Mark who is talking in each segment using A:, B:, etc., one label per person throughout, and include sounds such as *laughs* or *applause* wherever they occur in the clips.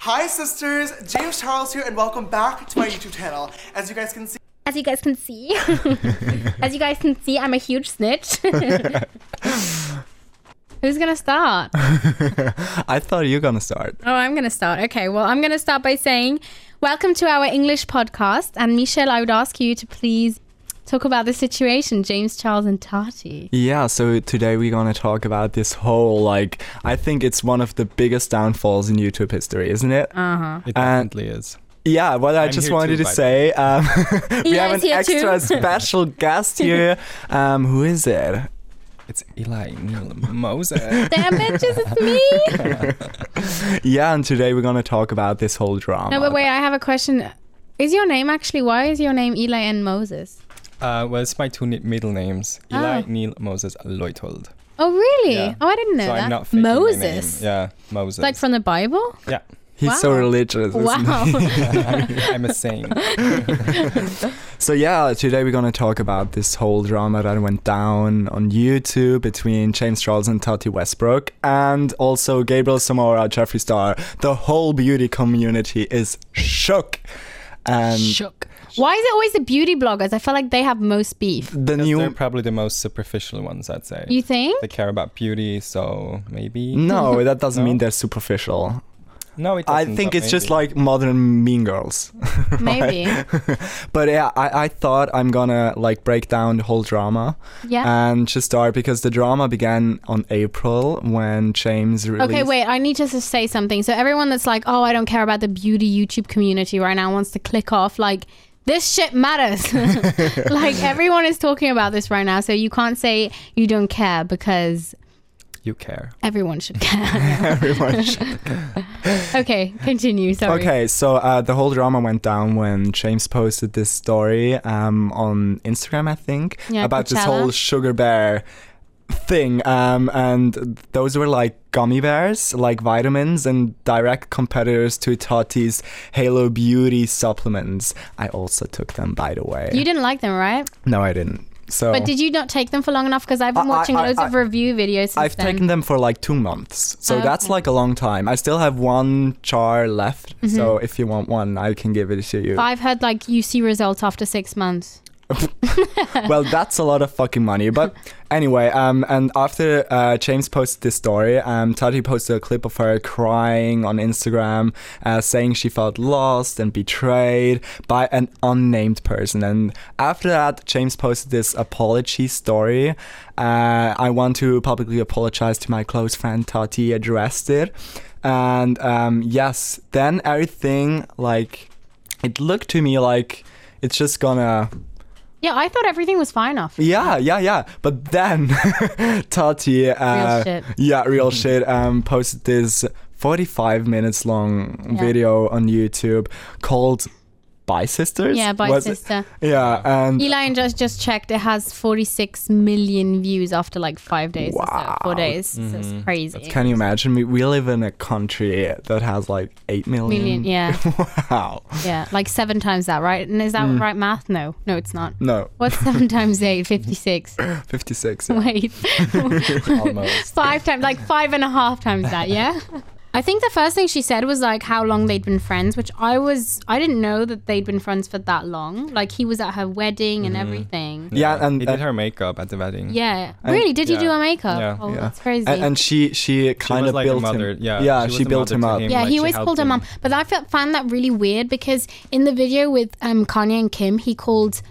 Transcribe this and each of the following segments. A: Hi, sisters. James Charles here, and welcome back to my YouTube channel. As you guys can see,
B: As you guys can
C: *laughs*
B: see, as you guys can see, I'm a huge snitch. Who's gonna start? Oh,
D: I thought you were gonna start.
B: I'm gonna start. Okay, well, I'm gonna start by saying, welcome to our English podcast. And Michelle, I would ask you to please talk about the situation, James, Charles, and Tati.
D: Yeah, so today we're gonna talk about this whole like I think it's one of the biggest downfalls in YouTube history, isn't it?
B: Uh huh.
C: It
D: And-
C: definitely is.
D: yeah, what I
C: I'm
D: just
C: here
D: wanted to
C: too, by the
D: say, um, *laughs* we
B: Eli
D: have
B: is
D: an
B: here
D: extra
B: too. *laughs*
D: special guest here. Um, who is it?
C: It's Eli Neil Moses.
B: Damn bitches, it's *laughs* me.
D: Yeah, and today we're gonna talk about this whole drama.
B: no, but wait, I have a question. Is your name actually? Why is your name Eli and Moses?
C: *laughs* uh, well, it's my two ni- middle names, Eli
B: Ah.
C: Neil Moses Leutold.
B: Oh, really?
C: Yeah.
B: Oh, I didn't know
C: so
B: that.
C: I'm not faking my name.
B: Moses,
C: Yeah, Moses.
B: like from the Bible.
C: yeah, *laughs*
D: He's so
B: Wow.
D: religious. isn't
B: Wow.
D: he?
C: I'm
B: *laughs*
C: a saint.
D: So yeah, today we're gonna talk about this whole drama that went down on YouTube between James Charles and Tati Westbrook, and also Gabriel Samora, Jeffree Star. The whole beauty community is shook, and
B: shook. Why is it always the beauty bloggers? I feel like they have most beef.
D: the
C: 'Cause They're
D: new
C: probably the most superficial ones, I'd say.
B: You think?
C: they care about beauty, so
D: *laughs*
C: maybe.
D: no, that doesn't
C: No?
D: mean they're superficial.
C: No, it
D: I
C: doesn't,
D: think
C: but
D: it's just
C: maybe.
D: like modern Mean
C: *laughs*
D: Girls. *laughs*
B: Maybe.
D: But yeah, I, I thought I'm gonna like break down the whole drama
B: Yeah.
D: and just start because the drama began on April when James released.
B: Okay, wait. I need to just say something. So everyone that's like, "Oh, I don't care about the beauty YouTube community right now," wants to click off. Like, this shit matters. *laughs*
D: *laughs*
B: like everyone is talking about this right now, so you can't say you don't care because
C: you care.
B: everyone should care.
D: *laughs* Everyone
B: *laughs* okay, continue. Sorry.
D: Okay, so uh, the whole drama went down when James posted this story um, on Instagram, I think,
B: Yeah,
D: about this
B: Coachella.
D: whole sugar bear thing. Um, and those were like gummy bears, like vitamins, and direct competitors to Tati's Halo Beauty supplements. I also took them, by the way.
B: You didn't like them, right?
D: no, I didn't. So
B: But did you not take them for long enough? Because I've been
D: Oh. I- I-
B: watching
D: I-
B: loads of
D: I-
B: review videos since
D: I've
B: then. Oh,
D: taken them for like two months. So
B: Okay.
D: that's
B: Mm-hmm.
D: like a long time. I still have one jar left. So if you want one, I can give it to you.
B: But I've heard like you see results after six months.
D: well, that's a lot of fucking money. But anyway, um, and after uh, James posted this story, um, Tati posted a clip of her crying on Instagram, uh, saying she felt lost and betrayed by an unnamed person. And after that, James posted this apology story. Uh, I want to publicly apologize to my close friend Tati. Addressed it, and um, yes, then everything like it looked to me like it's just gonna
B: Yeah, I thought everything was fine after.
D: yeah, yeah, yeah. But then *laughs* Tati, uh,
B: Real shit.
D: yeah, real shit, um, posted this 45 minutes long
B: Yeah.
D: video on YouTube called "By Sisters."
B: Yeah, by
D: Was it-
B: sister.
D: Yeah, and
B: Eli and just just checked. It has 46 million views after like five days. Or so, four
D: Wow.
B: days. So it's crazy.
D: can you imagine? We, we live in a country that has like eight million.
B: Million, yeah,
D: *laughs* wow.
B: yeah, like seven times that, right? And is that right math? No, no, it's not.
D: Mm. No,
B: What's seven *laughs* times eight? 56.
D: 56. yeah.
B: *laughs* Wait,
C: Almost.
B: five times, like five and a half times that, yeah? *laughs* I think the first thing she said was like how long they'd been friends, which I was, I didn't know that they'd been friends for that long. Like he was at her wedding and everything.
D: Mm-hmm. Yeah, and-
C: he did her makeup at the wedding.
B: Yeah. really? Did you do
C: yeah,
B: her makeup?
C: yeah.
B: oh,
D: Yeah.
B: that's crazy.
D: And, and she she kind
C: was
D: of
C: like a
D: built
C: mother,
D: him.
C: yeah,
D: yeah,
C: she
D: she,
C: was a
D: built
C: mother
D: him
C: to
D: up.
C: him.
B: yeah,
C: like,
B: he
C: she
B: always
C: helped
B: called her
C: him.
B: mom. But I felt, found that really weird because in the video with um, Kanye and Kim, he called,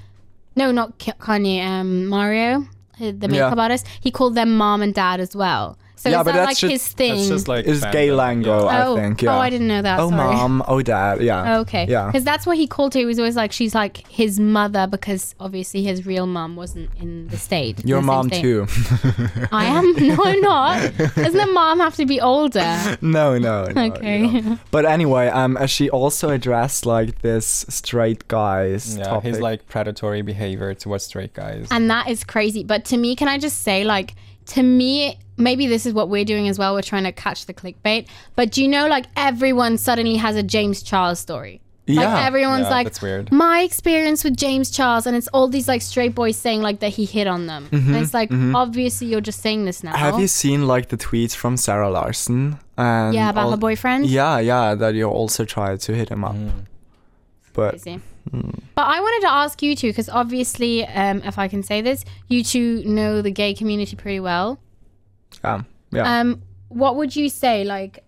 B: no, not Ki- Kanye, um, Mario, uh, the
D: Yeah.
B: makeup artist, he called them mom and dad as well. So
D: Yeah,
B: is
D: but
B: that
D: that's
B: like
D: just-
B: his thing?
C: It's just like
D: It's gay
C: fandom,
D: lingo,
C: yeah.
D: I
B: oh,
D: think. Yeah.
B: oh, I didn't know that.
D: Oh,
B: sorry.
D: mom. Oh, dad. Yeah.
B: Okay.
D: Yeah.
B: Because that's what he called her. He was always like, she's like his mother because obviously his real mom wasn't in the state.
D: Your
B: The same
D: mom
B: thing.
D: too. *laughs*
B: I am. *laughs* No, I'm not. Doesn't the mom have to be older?
D: No, no. no, you
B: Okay. *laughs*
D: don't. But anyway, um, uh, she also addressed like this straight guys
C: Yeah,
D: topic.
C: his like predatory behavior towards straight guys.
B: And that is crazy. But to me, can I just say, like, to me, maybe this is what we're doing as well. We're trying to catch the clickbait. But do you know, like, everyone suddenly has a James Charles story. Like,
D: Yeah.
B: everyone's
C: Yeah,
B: like,
C: that's weird.
B: my experience with James Charles. And it's all these, like, straight boys saying, like, that he hit on them.
C: Mm-hmm.
B: And it's like, obviously, you're just saying this now.
D: Have you seen like the tweets from Sarah Larson? And
B: "Oh." yeah, about
D: al-
B: her boyfriend.
D: Yeah, yeah, that you also try to hit him up.
C: Mm.
D: But
B: Crazy. But I wanted to ask you two, because obviously, um, if I can say this, you two know the gay community pretty well.
D: um, yeah.
B: Um, what would you say? Like,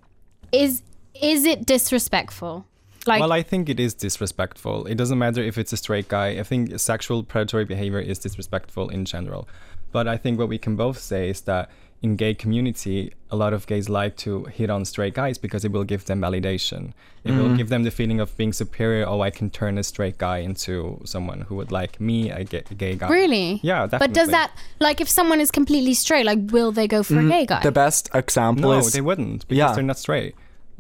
B: is is it disrespectful? Like,
C: well, I think it is disrespectful. It doesn't matter if it's a straight guy. I think sexual predatory behavior is disrespectful in general. But I think what we can both say is that in gay community, a lot of gays like to hit on straight guys because it will give them validation. It
B: Mm.
C: will give them the feeling of being superior. Oh, I can turn a straight guy into someone who would like me, a gay, a gay guy.
B: really?
C: Yeah,
B: But does
C: definitely.
B: that like if someone is completely straight, like, will they go for
C: Mm-hmm.
B: a gay guy?
D: the best example
C: No,
D: is
C: they wouldn't because
D: Yeah. Mm.
C: they're not straight.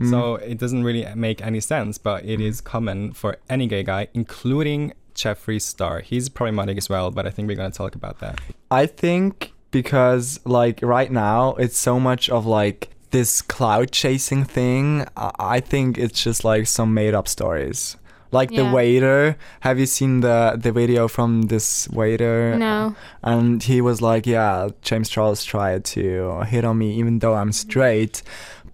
C: So it doesn't really make any sense, but it is common for any gay guy, including Jeffree Star. He's problematic as well, but I think we're gonna talk about that.
D: I think because like right now it's so much of like this cloud chasing thing. I, I think it's just like some made up stories. Like
B: Yeah.
D: the waiter. Have you seen the the video from this waiter?
B: No.
D: And he was like, "Yeah, James Charles tried to hit on me, even though I'm straight."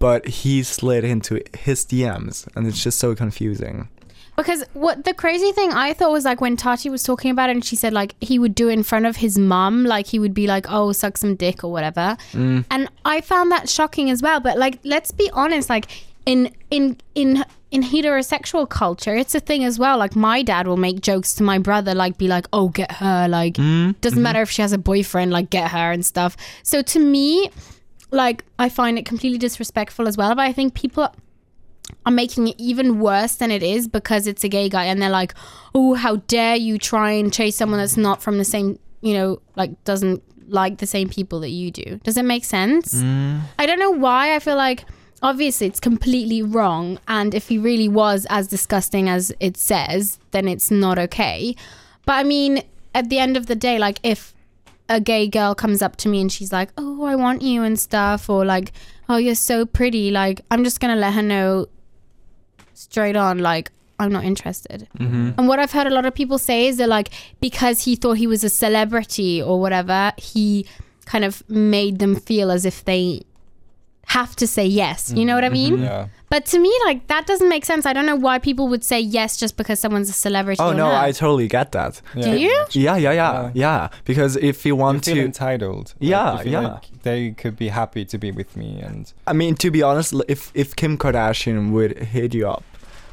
D: But he slid into his DMs, and it's just so confusing.
B: Because what the crazy thing I thought was like when Tati was talking about it and she said like he would do it in front of his mum, like he would be like, oh, suck some dick or whatever. And I found that shocking as well. But like, let's be honest, like in in in in heterosexual culture, it's a thing as well. Like my dad will make jokes to my brother, like be like, oh, get her, like doesn't matter if she has a boyfriend, like get her and stuff. So to me, like I find it completely disrespectful as well. But I think people are making it even worse than it is because it's a gay guy and they're like, oh, how dare you try and chase someone that's not from the same, you know, like doesn't like the same people that you do. Does it make sense? I don't know why I feel like obviously it's completely wrong and if he really was as disgusting as it says, then it's not okay. But I mean, at the end of the day, like if a gay girl comes up to me and she's like, "Oh, I want you" and stuff or like, "Oh, you're so pretty." Like, I'm just going to let her know straight on like I'm not interested.
D: Mm-hmm.
B: And what I've heard a lot of people say is that like because he thought he was a celebrity or whatever, he kind of made them feel as if they have to say yes. You know what I
D: Mm-hmm.
B: mean?
C: Yeah.
B: But to me, like that doesn't make sense. I don't know why people would say yes just because someone's a celebrity.
D: Oh
B: or
D: no,
B: not.
D: I totally get that.
C: Yeah.
B: do you?
D: Yeah, yeah, yeah,
C: Yeah.
D: yeah. Because if you
C: You
D: want
C: feel
D: to,
C: entitled. Like,
D: Yeah,
C: you feel
D: yeah.
C: like they could be happy to be with me, and
D: I mean, to be honest, l- if if Kim Kardashian would hit you up,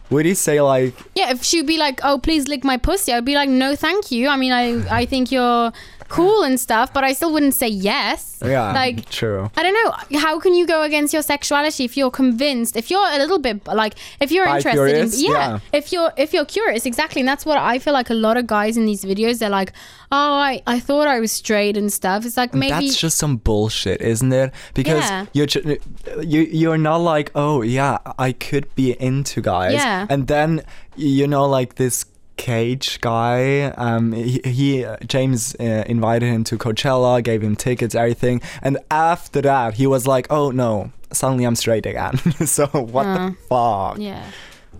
D: would he say like,
B: *laughs* Yeah, if she'd be like, "Oh, please lick my pussy," I'd be like, "No, thank you." I mean, I I think you're cool and stuff, but I still wouldn't say yes.
D: yeah,
B: Like-
D: true,
B: I don't know. How can you go against your sexuality if you're convinced? If you're a little bit like, if you're
D: Bi-
B: interested
D: curious?
B: in, yeah,
D: Yeah.
B: If you're if you're curious, exactly, and that's what I feel like. A lot of guys in these videos, they're like, "Oh, I I thought I was straight and stuff." It's like maybe
D: that's just some bullshit, isn't it? Because
B: Yeah.
D: you're ju- uh, you you're not like, oh yeah, I could be into guys,
B: Yeah.
D: and then you know like this. Cage guy, um, he, he uh, James uh, invited him to Coachella, gave him tickets, everything, and after that he was like, "Oh no, suddenly I'm straight again." *laughs* so what
B: Mm.
D: the fuck?
B: yeah,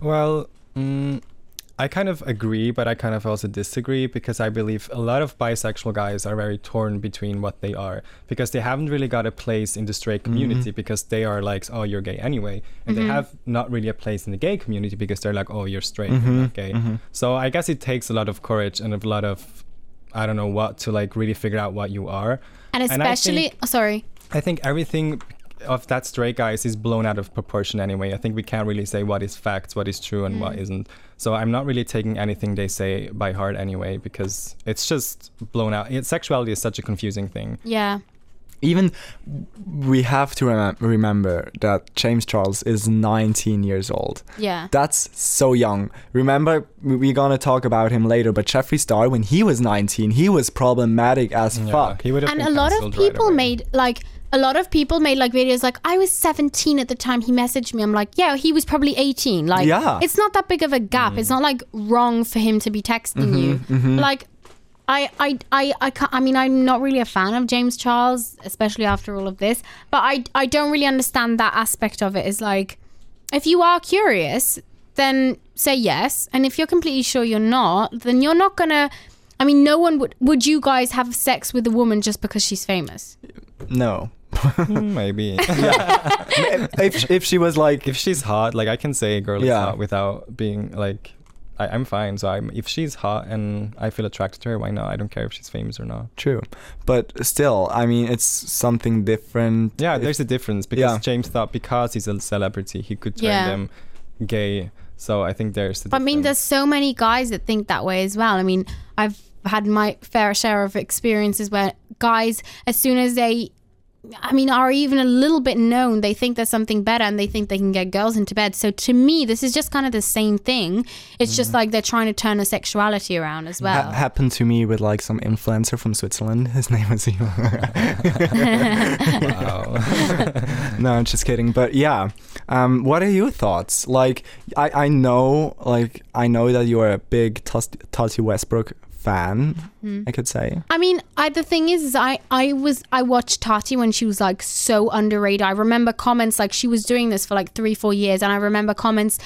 C: well, mm, I kind of agree, but I kind of also disagree because I believe a lot of bisexual guys are very torn between what they are because they haven't really got a place in the straight community because they are like, oh, you're gay anyway. And they have not really a place in the gay community because they're like, oh, you're straight, you're not gay. So I guess it takes a lot of courage and a lot of, I don't know what, to like really figure out what you are.
B: and
C: I
B: especially
C: think-
B: oh, sorry,
C: I think everything of that straight guys is blown out of proportion anyway. I think we can't really say what is fact, what is true, and
B: Mm.
C: what isn't. So I'm not really taking anything they say by heart anyway because it's just blown out. It, sexuality is such a confusing thing.
B: yeah,
D: even we have to remem- remember that James Charles is 19 years old.
B: yeah,
D: That's so young. Remember, we- we're gonna talk about him later, but Jeffree Star, when he was 19, he was problematic as fuck.
C: He would have
B: and
C: been
B: a lot of
C: cancelled right
B: people
C: away.
B: made like. A lot of people made like videos like I was 17 at the time he messaged me. I'm like, yeah, he was probably 18. Like,
D: Yeah.
B: it's not that big of a gap. It's not like wrong for him to be texting you. Like, I, I, I, I can't, I mean, I'm not really a fan of James Charles, especially after all of this. But I, I don't really understand that aspect of it. Is like, if you are curious, then say yes, and if you're completely sure you're not, then you're not gonna. I mean, no one would. Would you guys have sex with a woman just because she's famous?
D: No.
C: *laughs*
B: *laughs*
C: Maybe.
D: if if she was like
C: if she's hot, like I can say a girl is
D: Yeah.
C: hot without being like, I, I'm fine. So I'm if she's hot and I feel attracted to her, why not? I don't care if she's famous or not.
D: true, but still, I mean, it's something different.
C: Yeah,
D: If-
C: there's a difference because
D: Yeah.
C: James thought because he's a celebrity, he could turn
B: Yeah.
C: them gay. So I think there's. The
B: But I mean, there's
C: difference.
B: so many guys that think that way as well. I mean, I've had my fair share of experiences where guys, as soon as they, I mean, are even a little bit known, they think there's something better and they think they can get girls into bed. So to me, this is just kind of the same thing. It's just like they're trying to turn a sexuality around as well.
D: Mm-hmm. Ha- happened to me with like some influencer from Switzerland. *laughs* His name was *laughs* no, I'm just kidding. But yeah, um, what are your thoughts? Like, I, I know, like, I know that you are a big Tus- Tati Westbrook fan.
B: Mm-hmm.
D: I could say.
B: I mean, I, the thing is, is I, I was I watched Tati when she was like so underrated. I remember comments like she was doing this for like three, four years, and I remember comments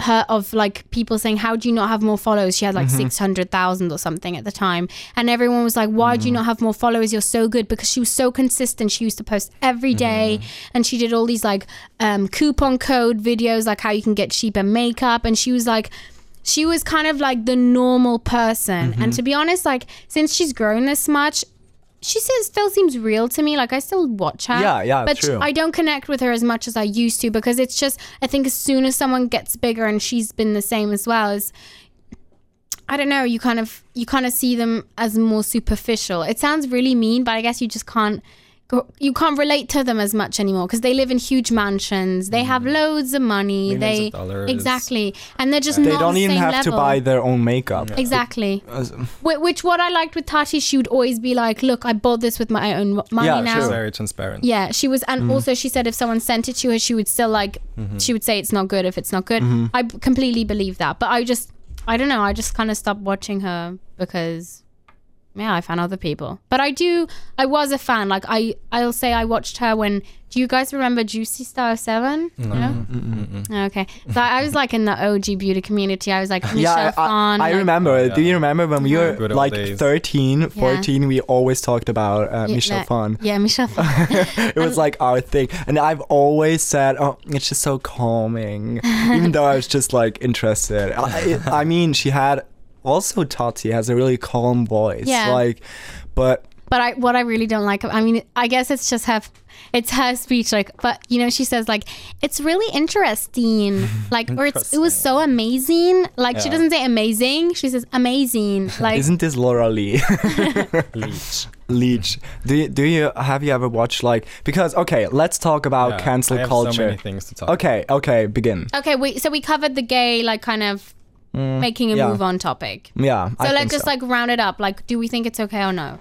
B: her of like people saying, "How do you not have more followers?" She had like hundred thousand or something at the time, and everyone was like, "Why do you not have more followers? You're so good." Because she was so consistent. She used to post every day, and she did all these like um, coupon code videos, like how you can get cheaper makeup, and she was like she was kind of like the normal person. And to be honest, like since she's grown this much, she says, still seems real to me. Like I still watch her.
D: Yeah, yeah,
B: But
D: true.
B: I don't connect with her as much as I used to because it's just I think as soon as someone gets bigger and she's been the same as well as I don't know, you kind of you kind of see them as more superficial. It sounds really mean, but I guess you just can't go- you can't relate to them as much anymore because they live in huge mansions. They have
D: Mm-hmm.
B: loads of money.
C: Millions
B: they
C: of dollars.
B: exactly, and they're just
D: They
B: not
D: don't
B: the
D: even
B: same
D: have to
B: level.
D: buy their own makeup.
B: Exactly.
D: Uh,
B: Wh- Which what I liked with Tati, she would always be like, "Look, I bought this with my own mo- money now."
D: Yeah, sure. Mm-hmm.
C: She's very transparent.
B: Yeah, she was, and also she said if someone sent it to her, she would still like, she would say it's not good if it's not good.
D: Mm-hmm.
B: I b- completely believe that, but I just, I don't know, I just kind of stopped watching her because, yeah, I found other people. But I do, I was a fan. Like I, I'll say I watched her when. Do you guys remember Juicy Star Seven? No. Okay, so I was like in the OG beauty community. I was like Michelle
D: *laughs* Yeah, I, I,
B: Phan,
D: I
B: like-
D: remember.
C: Oh, yeah.
D: Do you remember when we were
C: Good old
D: like
C: days.
D: 13, 14? We always talked about uh,
B: Yeah,
D: Michelle
B: that-
D: Phan.
B: Yeah, Michelle Phan.
D: It was like our thing. And I've always said, oh, it's just so calming, even though I was just like interested. I, I I mean, she had also Tati has a really calm voice.
B: Yeah.
D: Like, but
B: But I, what I really don't like, I mean, I guess it's just her, it's her speech. Like, but you know, she says like, it's really interesting. Like, or it's it was so amazing. Like, she
C: Yeah.
B: doesn't say amazing. She says amazing. Like,
D: isn't this Laura Lee? *laughs*
C: Leech.
D: Leech. Do you, do you have you ever watched like because okay, let's talk about
C: Yeah,
D: cancel
C: I have
D: culture.
C: So many things to talk.
D: okay, okay, begin.
B: okay, we so we covered the gay like kind of making a
D: yeah.
B: move on topic.
D: Yeah.
B: So let's just like round it up. Like, do we think it's okay or no?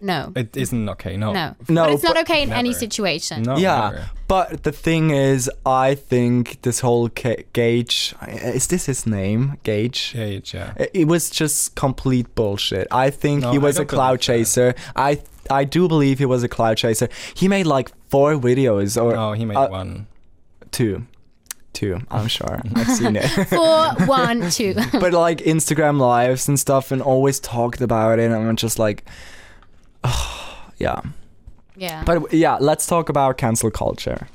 B: No,
C: It isn't okay. No.
B: no,
D: No,
B: But it's not
D: but-
B: okay in any
C: Never.
B: situation.
C: No.
D: yeah,
C: never.
D: but the thing is, I think this whole ca- Gage is this his name? Gage.
C: Yeah. yeah.
D: It- It was just complete bullshit. I think
C: No,
D: he
C: I
D: was a
C: don't
D: cloud
C: believe that.
D: chaser. I I do believe he was a cloud chaser. He made like four videos or
C: Oh, he made
D: uh,
C: one.
D: two, two. I'm sure I've seen it.
B: *laughs*
D: *laughs*
B: Four, one, two. *laughs*
D: but like Instagram lives and stuff, and always talked about it. And I'm just like, *sighs* yeah.
B: yeah.
D: But yeah, let's talk about cancel culture.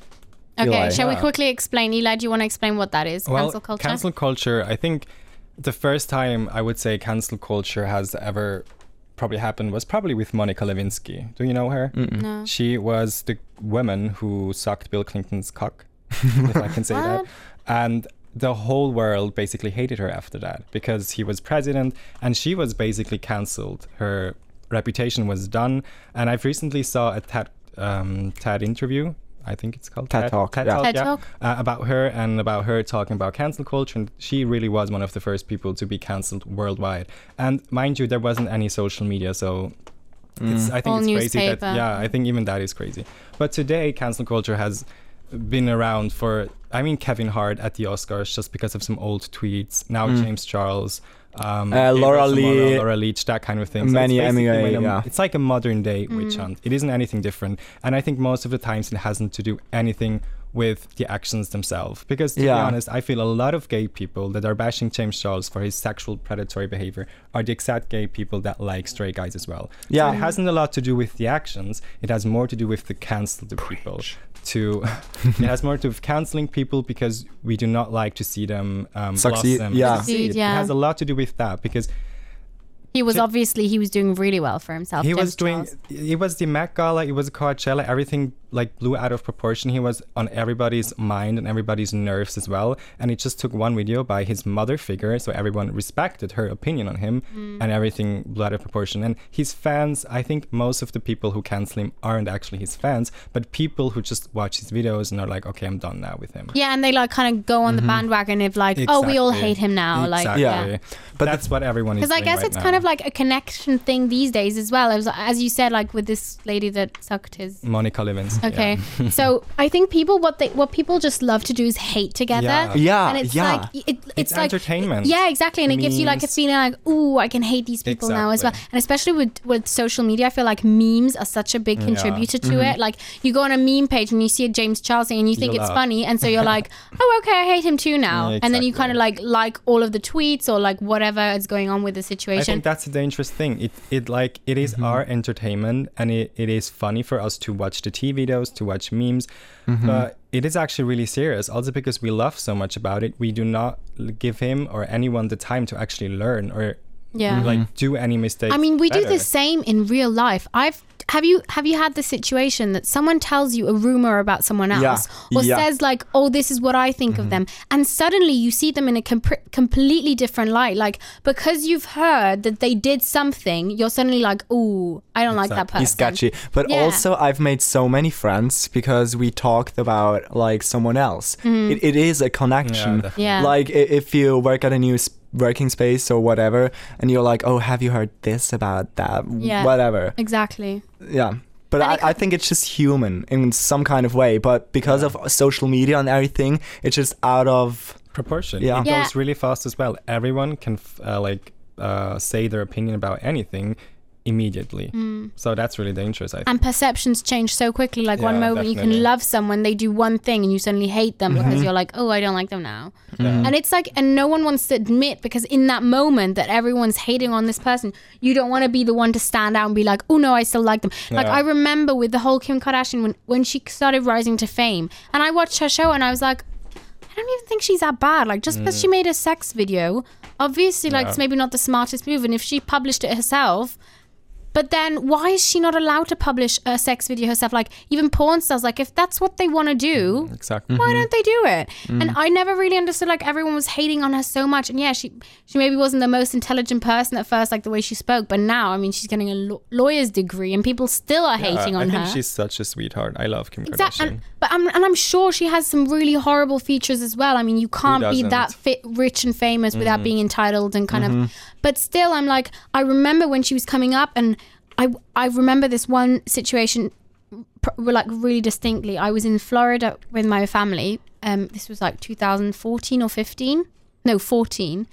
B: Okay,
D: Eli.
B: shall we
C: Yeah.
B: quickly explain? Eli, do you want to explain what that is?
C: well,
B: cancel culture?
C: Cancel culture. I think the first time I would say cancel culture has ever probably happened was probably with Monica Lewinsky. Do you know her?
B: No.
C: She was the woman who sucked Bill Clinton's cock, if I can say that.
B: What?
C: And the whole world basically hated her after that because he was president and she was basically cancelled. Her reputation was done. And I've recently saw a TED, um, TED interview. I think it's called
D: TED Talk,
C: TED
D: yeah.
C: Talk,
B: TED
C: yeah,
B: Talk.
C: Uh, about her and about her talking about cancel culture. And she really was one of the first people to be cancelled worldwide. And mind you, there wasn't any social media, so
D: Mm.
C: it's, I think
B: All
C: it's crazy
B: newspaper.
C: that yeah, I think even that is crazy. But today, cancel culture has been around for. I mean, Kevin Hart at the Oscars just because of some old tweets. Now James Charles, um,
D: Mm. Uh,
C: Gabriel
D: Laura
C: Samora,
D: Lee.
C: Laura Leach, that kind of thing.
D: Many
C: it's basically
D: Emmy,
C: when a-
D: yeah. Mm.
C: It's like a modern day witch hunt. It isn't anything different, and I think most of the times it hasn't to do anything with the actions themselves. Because to be
D: Yeah.
C: honest, I feel a lot of gay people that are bashing James Charles for his sexual predatory behavior are the exact gay people that like straight guys as well. So
D: Yeah.
C: it hasn't a lot to do with the actions. It has more to do with the cancel the people. To *laughs* it has more to do with canceling people because we do not like to see them um,
D: Succeed,
C: blossom.
D: yeah.
B: Succeed,
C: It
B: yeah.
C: has a lot to do with that because
B: He was
C: J-
B: obviously he was doing really well for himself.
C: he
B: James
C: was doing
B: Charles.
C: it was the Met Gala, it was Coachella, everything like blew out of proportion. He was on everybody's mind and everybody's nerves as well. And it just took one video by his mother figure, so everyone respected her opinion on him
B: Mm.
C: and everything blew out of proportion. And his fans, I think most of the people who cancel him aren't actually his fans, but people who just watch his videos and are like, Okay, I'm done now with him.
B: Yeah, and they like kind of go on the bandwagon of like, oh, we all
C: Mm-hmm. Exactly.
B: hate him now. Like,
C: Exactly.
B: yeah.
D: Yeah. But
C: But that's what everyone is
B: Because I
C: doing
B: guess
C: right
B: it's kind
C: now.
B: of like a connection thing these days as well. As, as you said, like with this lady that sucked his.
C: Monica Lewinsky.
B: Okay,
C: *laughs*
B: so I think people what they what people just love to do is hate together.
C: Yeah.
D: Yeah,
B: and it's
D: yeah.
B: like it, it's,
C: It's
B: like
C: entertainment.
B: Yeah, exactly, and it gives you like a
C: Memes.
B: feeling like, ooh, I can hate these people now as well.
C: Exactly.
B: And especially with with social media, I feel like memes are such a big contributor to it. Like you go on a meme page and you see a James Charles thing and you think
C: Mm-hmm. You
B: it's
C: laugh.
B: funny, and so you're
C: *laughs*
B: like, oh, okay, I hate him too now,
C: Yeah,
B: and then you kind of
C: exactly.
B: like like all of the tweets or like whatever is going on with the
C: I
B: situation.
C: think that's a dangerous thing. It it like it is
B: Mm-hmm.
C: our entertainment and it, it is funny for us to watch the T videos, to watch memes,
B: Mm-hmm.
C: but it is actually really serious. Also because we love so much about it, we do not l- give him or anyone the time to actually learn or
B: Yeah. Mm-hmm.
C: like do any mistakes.
B: I mean, we do
C: better.
B: the same in real life. I've have you have you had the situation that someone tells you a rumor about someone
D: Yeah.
B: else or
D: Yeah. Mm-hmm.
B: says like, "Oh, this is what I think of them," and suddenly you see them in a compr completely different light. Like because you've heard that they did something, you're suddenly like, "Ooh, I don't like that person."
D: He's sketchy. But
B: Yeah.
D: also, I've made so many friends because we talked about like someone else. It, it is a connection.
C: definitely.
B: Mm-hmm. Yeah.
D: Like i- if you work at a new s- working space or whatever, and you're like, oh, have you heard this about that?
B: Yeah.
D: Whatever.
B: Exactly.
D: Yeah. But
B: And
D: I,
B: it
D: I think it's just human in some kind of way. But because of social media and everything, it's just out of.
C: proportion.
D: Yeah.
C: It
B: Yeah.
C: goes really fast as well. Everyone can f- uh, like uh, say their opinion about anything immediately.
B: Mm.
C: So that's really dangerous. I think.
B: And perceptions change so quickly. Like one
C: Yeah,
B: moment you
C: definitely. Mm-hmm.
B: can love someone, they do one thing, and you suddenly hate them because you're like, oh, I don't like them now. And it's like, and no one wants to admit because in that moment that everyone's hating on this person, you don't want to be the one to stand out and be like, oh no, I still like them. Like
C: Yeah.
B: I remember with the whole Kim Kardashian when when she started rising to fame, and I watched her show and I was like. I don't even think she's that bad. Like just because she made a sex video, obviously, like
C: Mm. Yeah.
B: it's maybe not the smartest move. And if she published it herself, but then why is she not allowed to publish a sex video herself? Like even porn stars, like if that's what they want to do,
C: exactly.
B: why don't they do it?
C: Mm.
B: And I never really understood. Like everyone was hating on her so much, and yeah, she she maybe wasn't the most intelligent person at first, like the way she spoke. But now, I mean, she's getting a law- lawyer's degree, and people still are
C: Yeah,
B: hating
C: Uh, I
B: on
C: think
B: her.
C: she's such a sweetheart. I love Kim
B: Exactly,
C: Kardashian.
B: and, but I'm and I'm sure she has some really horrible features as well. I mean, you can't be
C: doesn't? Mm-hmm.
B: that fit, rich and famous without being entitled and kind of. But still, I'm like, I remember when she was coming up, and I I remember this one situation, pr- like really distinctly. I was in Florida with my family. Um, this was like 2014 or 15, no 14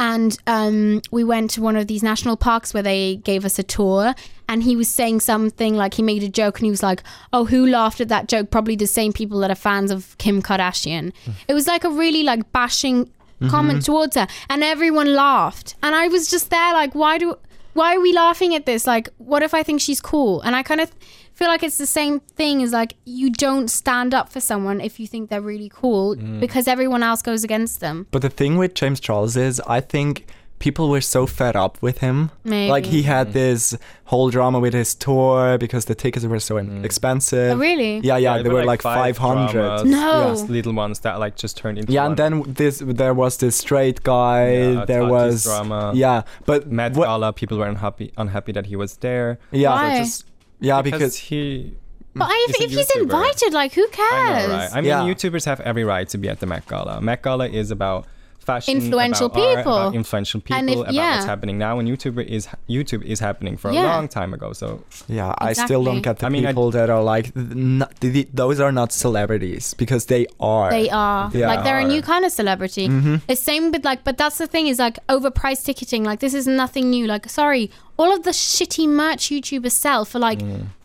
B: and um, we went to one of these national parks where they gave us a tour and he was saying something like he made a joke and he was like oh who laughed at that joke probably the same people that are fans of kim kardashian it was like a really like bashing comment towards her and everyone laughed and i was just there like why do why are we laughing at this like what if i think she's cool and i kind of feel like it's the same thing as like you don't stand up for someone if you think they're really cool because everyone else goes against them
D: But the thing with James Charles is, I think people were so fed up with him.
B: Maybe.
D: Like he
C: Mm.
D: had this whole drama with his tour because the tickets were so expensive.
B: Oh, really?
D: Yeah, yeah,
C: it
D: they
C: Mm. were
D: were like,
C: five
D: 500.
C: dramas,
B: No.
C: just little ones that like just turned into.
D: Yeah,
C: one.
D: and then this there was this straight guy.
C: Yeah,
D: there
C: Tati's
D: was
C: drama.
D: Yeah, but
C: Met
D: what-
C: Gala, people were unhappy, unhappy that he was there.
D: Yeah,
B: Why?
D: So just- yeah,
C: because,
D: because
C: he.
B: But I,
C: He's
B: if,
C: Mm. a
B: if he's
C: YouTuber.
B: invited, like, who
C: I
B: cares?
C: know, right? I mean,
D: Yeah.
C: YouTubers have every right to be at the Met Gala. Met Gala is about fashion,
B: Influential
C: about art,
B: people.
C: about influential people,
B: And if-
C: about
B: yeah.
C: what's happening now. And YouTuber is YouTube is happening for
B: Yeah.
C: a long time ago. So
D: yeah, I still
B: Exactly.
D: don't get the
C: I mean, I-
D: people that are like, th- not, th- th- those are not celebrities because they are.
B: They are
D: They
B: like they're a new
C: are.
B: kind of celebrity.
D: Mm-hmm.
B: It's same with like, but that's the thing is like overpriced
D: Mm.
B: ticketing. Like this is nothing new. Like sorry, all of the shitty merch YouTubers sell for like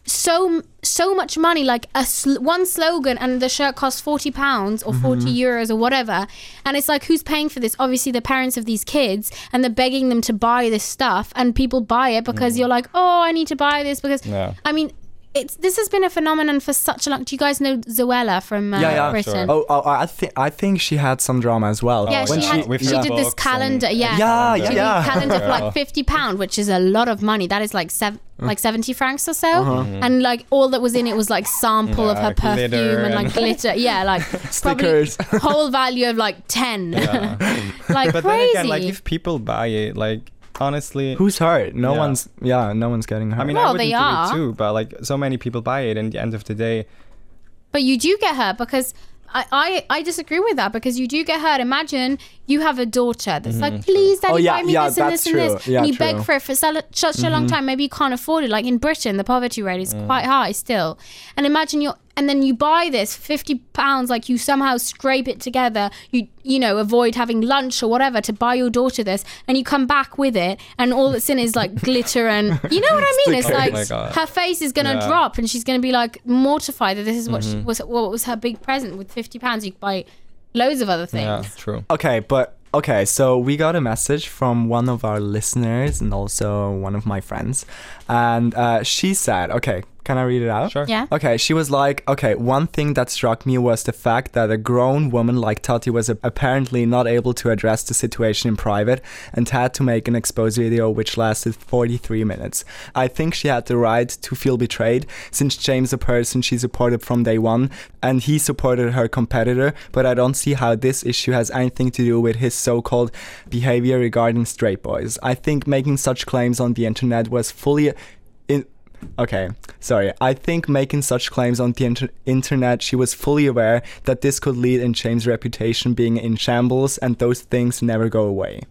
B: so so much money like a sl- one slogan and the shirt costs 40 pounds
D: Mm-hmm.
B: or 40 euros or whatever and it's like who's paying for this obviously the parents of these kids and they're begging them to buy this stuff and people buy it
D: Mm.
B: because you're like oh i need to buy this because
C: Yeah.
B: i mean it's this has been a phenomenon for such a long do you guys know zoella from uh,
D: Yeah, yeah,
B: britain
D: Oh, oh, I think I think she had some drama as well.
B: yeah,
C: Oh, when
B: she,
C: she-
B: had,
C: with
B: she
C: the
B: did this
C: box
B: calendar.
C: and-
B: Yeah,
D: Yeah,
B: She
D: yeah,
B: did
D: yeah.
B: a calendar for
C: *laughs* Yeah.
B: like fifty pound, which is a lot of money. That is like sev-
C: Mm.
B: like seventy francs or so. And like all that was in it was like sample of
C: Uh-huh. Yeah,
B: her perfume
C: glitter
B: and like
C: and- *laughs*
B: glitter. Yeah, like probably
D: Stickers.
B: whole value of like ten.
D: *laughs*
B: like
C: But
B: crazy.
C: then again, like if people buy it, like honestly,
D: Who's hurt? No
C: Yeah.
D: one's. Yeah, no one's getting hurt.
C: I mean, I
B: Well,
C: wouldn't
B: they
C: do
B: are.
C: it too, but like so many people buy it, and at the end of the day,
B: But you do get hurt because I, I, I disagree with that because you do get hurt. Imagine you have a daughter that's like, please, daddy,
D: Oh, yeah,
B: buy me
D: yeah,
B: this and
D: that's
B: this and this.
D: true. Yeah,
B: and you
D: true. Mm-hmm.
B: beg for it for so- such a long time. Maybe you can't afford it. Like in Britain, the poverty rate is
D: Mm.
B: quite high still. And imagine you're, and then you buy this 50 pounds, like you somehow scrape it together. You, you know, avoid having lunch or whatever to buy your daughter this. And you come back with it. And all that's in is like glitter and, you know
D: *laughs*
B: what I mean? It's like
C: Stickers. Oh my God.
B: her face is going to
C: Yeah.
B: drop up and she's going to be like mortified that this is what she was what was her big present with 50 pounds you could buy loads of other things
C: yeah, true.
D: Okay, but okay, so we got a message from one of our listeners and also one of my friends. And uh, she said, okay, can I read it out?
C: Sure.
B: Yeah.
D: Okay, she was like, okay, one thing that struck me was the fact that a grown woman like Tati was a- apparently not able to address the situation in private and had to make an expose video which lasted 43 minutes. I think she had the right to feel betrayed since James, a person she supported from day one, and he supported her competitor, but I don't see how this issue has anything to do with his so called behavior regarding straight boys. I think making such claims on the internet was fully. In, Okay, sorry. I think making such claims on the inter- internet, she was fully aware that this could lead in James' reputation being in shambles, and those things never go away.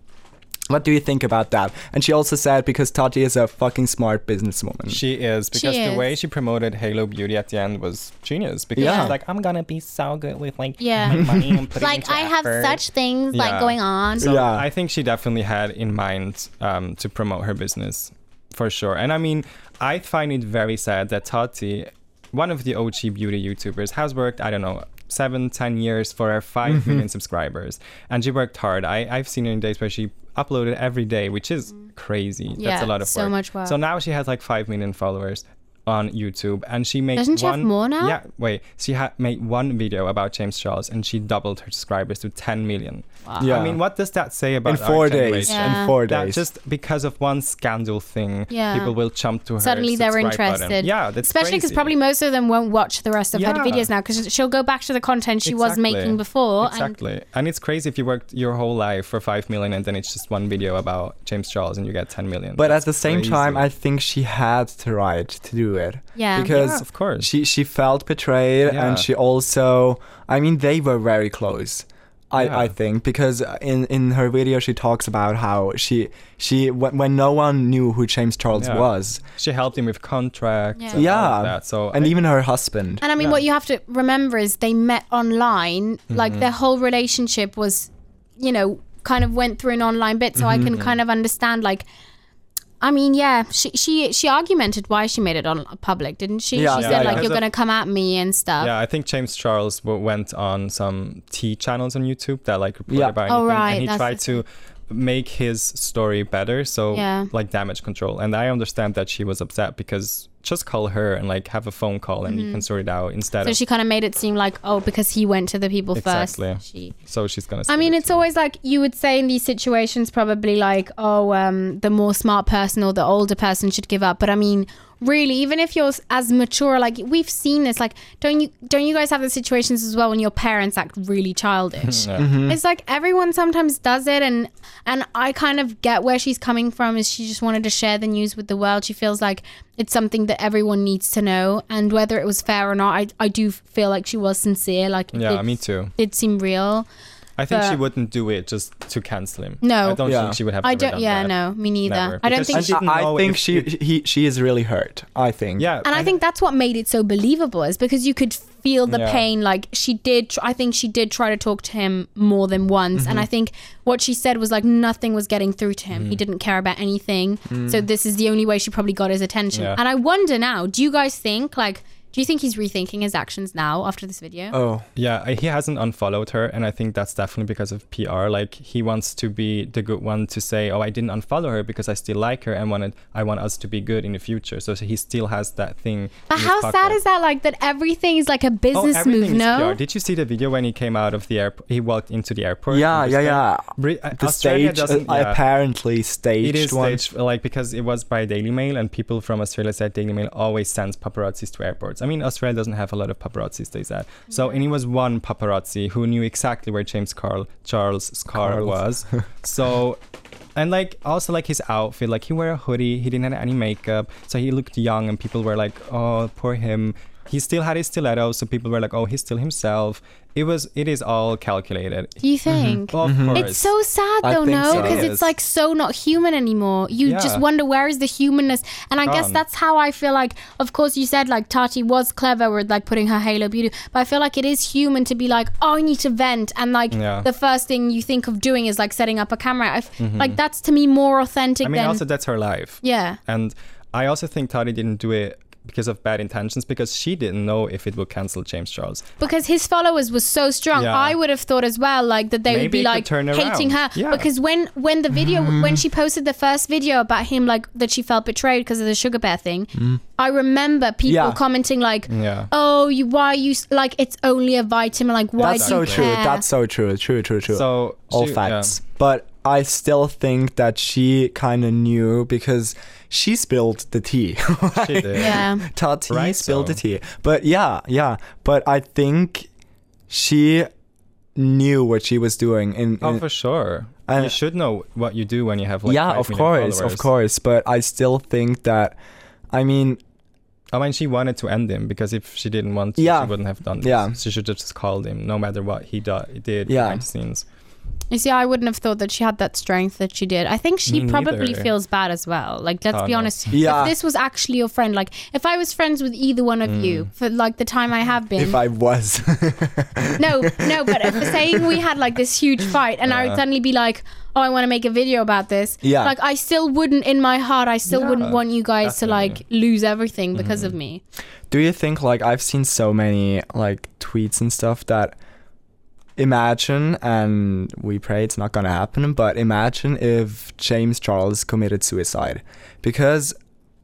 D: What do you think about that? And she also said because Tati is a fucking smart businesswoman.
C: She is because the
B: is.
C: way she promoted Halo Beauty at the end was genius. Because
D: Yeah.
C: she's like, I'm gonna be so good with like
B: Yeah.
C: my money and putting
B: like
C: into
B: i have
C: effort."
B: such things
C: Yeah.
B: like going on
C: So
D: Yeah.
C: I think she definitely had in mind um, to promote her business for sure. And I mean, I find it very sad that Tati, one of the OG beauty YouTubers, has worked, I don't know, seven, ten years for her 5 million subscribers. And she worked hard. I, I've seen her in days where she uploaded every day, which is crazy. That's
B: Mm-hmm. Yeah,
C: a lot of
B: so
C: work.
B: much work.
C: So now she has like 5 million followers on YouTube and she makes
B: Doesn't she have
C: one
B: more now?
C: Yeah, wait. She had made one video about James Charles and she doubled her subscribers to 10 million.
D: Yeah.
C: I mean, what does that say about
D: in
C: our
D: four days.
C: generation?
B: Yeah.
D: In four
C: That
D: days.
C: just because of one scandal thing,
B: Yeah.
C: people will jump to her.
B: suddenly they're
C: subscribe button.
B: interested
C: Yeah, that's
B: especially because
C: crazy.
B: probably most of them won't watch the rest of her
C: Yeah.
B: videos now because she'll go back to the content she was
C: Exactly.
B: making before and
C: Exactly, and, it's crazy if you worked your whole life for five million and then it's just one video about James Charles and you get ten million.
D: But
C: That's
D: at the same
C: crazy.
D: time, I think she had the right to do it.
B: Yeah.
D: Because
C: Yeah, of course.
D: she she felt betrayed,
C: Yeah.
D: and she also, I mean, they were very close. I, I
C: Yeah.
D: think because in, in her video she talks about how she she when, when no one knew who James Charles
C: Yeah.
D: was
C: she helped him with contracts.
B: Yeah.
C: and all of
D: yeah
C: that, so
D: and
C: I-
D: even her husband
B: and i mean
C: Yeah. Mm-hmm.
B: what you have to remember is they met online like their whole relationship was you know kind of went through an online bit so
C: Mm-hmm.
B: i can kind of understand like I mean, yeah, she she she argumented why she made it on public, didn't she?
D: Yeah,
B: she
D: yeah,
B: said
D: yeah.
B: like you're
C: Because of-
B: gonna come at me and stuff.
C: Yeah, I think James Charles w- went on some T channels on YouTube that like reported
D: Yeah.
C: about
B: Oh,
C: anything,
B: right,
C: and he
B: that's
C: tried
B: the
C: to make his story better. So
B: Yeah.
C: like damage control, and I understand that she was upset because just call her and like have a phone call and you can sort it out instead
B: Mm-hmm. So
C: of.
B: she kind of made it seem like oh because he went to the people
C: Exactly.
B: first. She.
C: so she's gonna.
B: I
C: split
B: mean,
C: it
B: it's
C: too.
B: always like you would say in these situations, probably like, oh, um, the more smart person or the older person should give up. But I mean, really, even if you're s- as mature, like we've seen this, like don't you don't you guys have the situations as well when your parents act really childish?
C: *laughs* Yeah.
B: It's like everyone sometimes does it, and and I kind of get where she's coming from. Is she just wanted to share the news with the world? She feels like it's something that everyone needs to know, and whether it was fair or not, I I do feel like she was sincere. Like it
C: Yeah,
B: did-
C: me too.
B: Did seem real.
C: I I think she
B: But-
C: wouldn't do it just to cancel him.
B: No.
C: I don't
D: Yeah.
C: think she would have.
B: I
C: ever
B: don't.
C: done
B: Yeah,
C: that.
B: no, me neither.
C: Never.
B: I don't think.
C: Because she-
B: She,
C: didn't
D: I, I
C: know
D: think
C: if
D: she he, she is really hurt. I think.
C: Yeah,
B: and I think that's what made it so believable is because you could feel the
C: Yeah.
B: pain. Like she did. Tr- I think she did try to talk to him more than once, and
C: Mm-hmm.
B: I think what she said was like nothing was getting through to him. He didn't care about anything. So this is the only way she probably got his attention.
C: Mm. Yeah.
B: And I wonder now. Do you guys think like? Do you think he's rethinking his actions now after this video?
D: Oh.
C: Yeah, I- he hasn't unfollowed her, and I think that's definitely because of PR. Like he wants to be the good one to say, "Oh, I didn't unfollow her because I still like her and wanted I want us to be good in the future." So he still has that thing.
B: but how sad is that? Like that everything is
C: Oh,
B: like a business move.
C: everything is
B: No.
C: PR. Did you see the video when he came out of the airport? He walked into the airport.
D: Yeah,
C: in
D: yeah,
C: Brisbane?
D: yeah.
C: Bri- uh,
D: The
C: Australia
D: stage
C: doesn't-
D: uh,
C: yeah.
D: apparently staged
C: It is
D: one.
C: staged, like because it was by Daily Mail, and people from Australia said Daily Mail always sends paparazzis to airports. I mean, Australia doesn't have a lot of paparazzis, they said. So, and it was one paparazzi who knew exactly where James Carl Charles car
D: Carl's.
C: was. so, and like also like his outfit, like he wore a hoodie, he didn't have any makeup, so he looked young, and people were like, "Oh, poor him." He still had his stiletto, so people were like, "Oh, he's still himself." It was. It is all calculated.
B: Do you think?
C: Mm-hmm. Of course.
B: It's so sad
D: I
B: though,
D: think
B: no,
D: so.
B: because
C: Yes.
B: it's like so not human anymore. You
C: Yeah.
B: just wonder where is the humanness, and I guess
C: Gone.
B: that's how I feel like. Of course, you said like Tati was clever with like putting her halo beauty, but I feel like it is human to be like, oh, I need to vent, and like
C: Yeah. Mm-hmm.
B: the first thing you think of doing is like setting up a camera. I f- Like that's to me more authentic
C: I mean,
B: than
C: also that's her life.
B: yeah.
C: And I also think Tari didn't do it because of bad intentions because she didn't know if it would cancel James Charles.
B: because his followers were so strong
C: Yeah.
B: i would have thought as well like that they would
C: Maybe
B: be
C: it could
B: like
C: turn
B: hating her
C: around. Yeah.
B: because when when the video when she posted the first video about him like that she felt betrayed because of the sugar bear thing i remember people
D: Yeah.
B: commenting like
C: Yeah.
B: oh you why are you s- like it's only a vitamin like why
D: That's
B: do
D: so
B: you
D: true.
B: care?
D: That's so true. True, true, true.
C: So
D: all
C: she-
D: facts. But I still think that she kind of knew because she spilled the tea. *laughs*
C: She did.
B: yeah
D: Tati
C: Right,
D: spilled the
C: so-
D: tea. But yeah, yeah. But I think she knew what she was doing. In,
C: Oh,
D: in-
C: for sure.
D: And-
C: you should know what you do when you have like
D: yeah,
C: five
D: of
C: million
D: course, of
C: followers.
D: course. But I still think that. I mean,
C: I mean, she wanted to end him because if she didn't want to,
D: Yeah.
C: she wouldn't have done this.
D: Yeah.
C: She should have just called him no matter what he do- did
D: Yeah.
C: behind the scenes.
B: you see i wouldn't have thought that she had that strength that she did i think she
C: Me
B: probably
C: neither.
B: feels bad as well like let's
C: Oh,
B: be
C: no.
B: honest
D: Yeah.
B: if this was actually your friend like if i was friends with either one of you
C: Mm.
B: for like the time i have been
D: if I was,
B: No, no, but if saying we had like this huge fight and I would suddenly be like, oh, I want to make a video about this.
D: Yeah.
B: Like, I still wouldn't, in my heart, I still wouldn't
C: Yeah,
B: want you guys to like
C: definitely.
B: lose everything because of
D: Mm-hmm.
B: me.
D: do you think like I've seen so many like tweets and stuff that imagine and we pray it's not gonna happen, but imagine if James Charles committed suicide because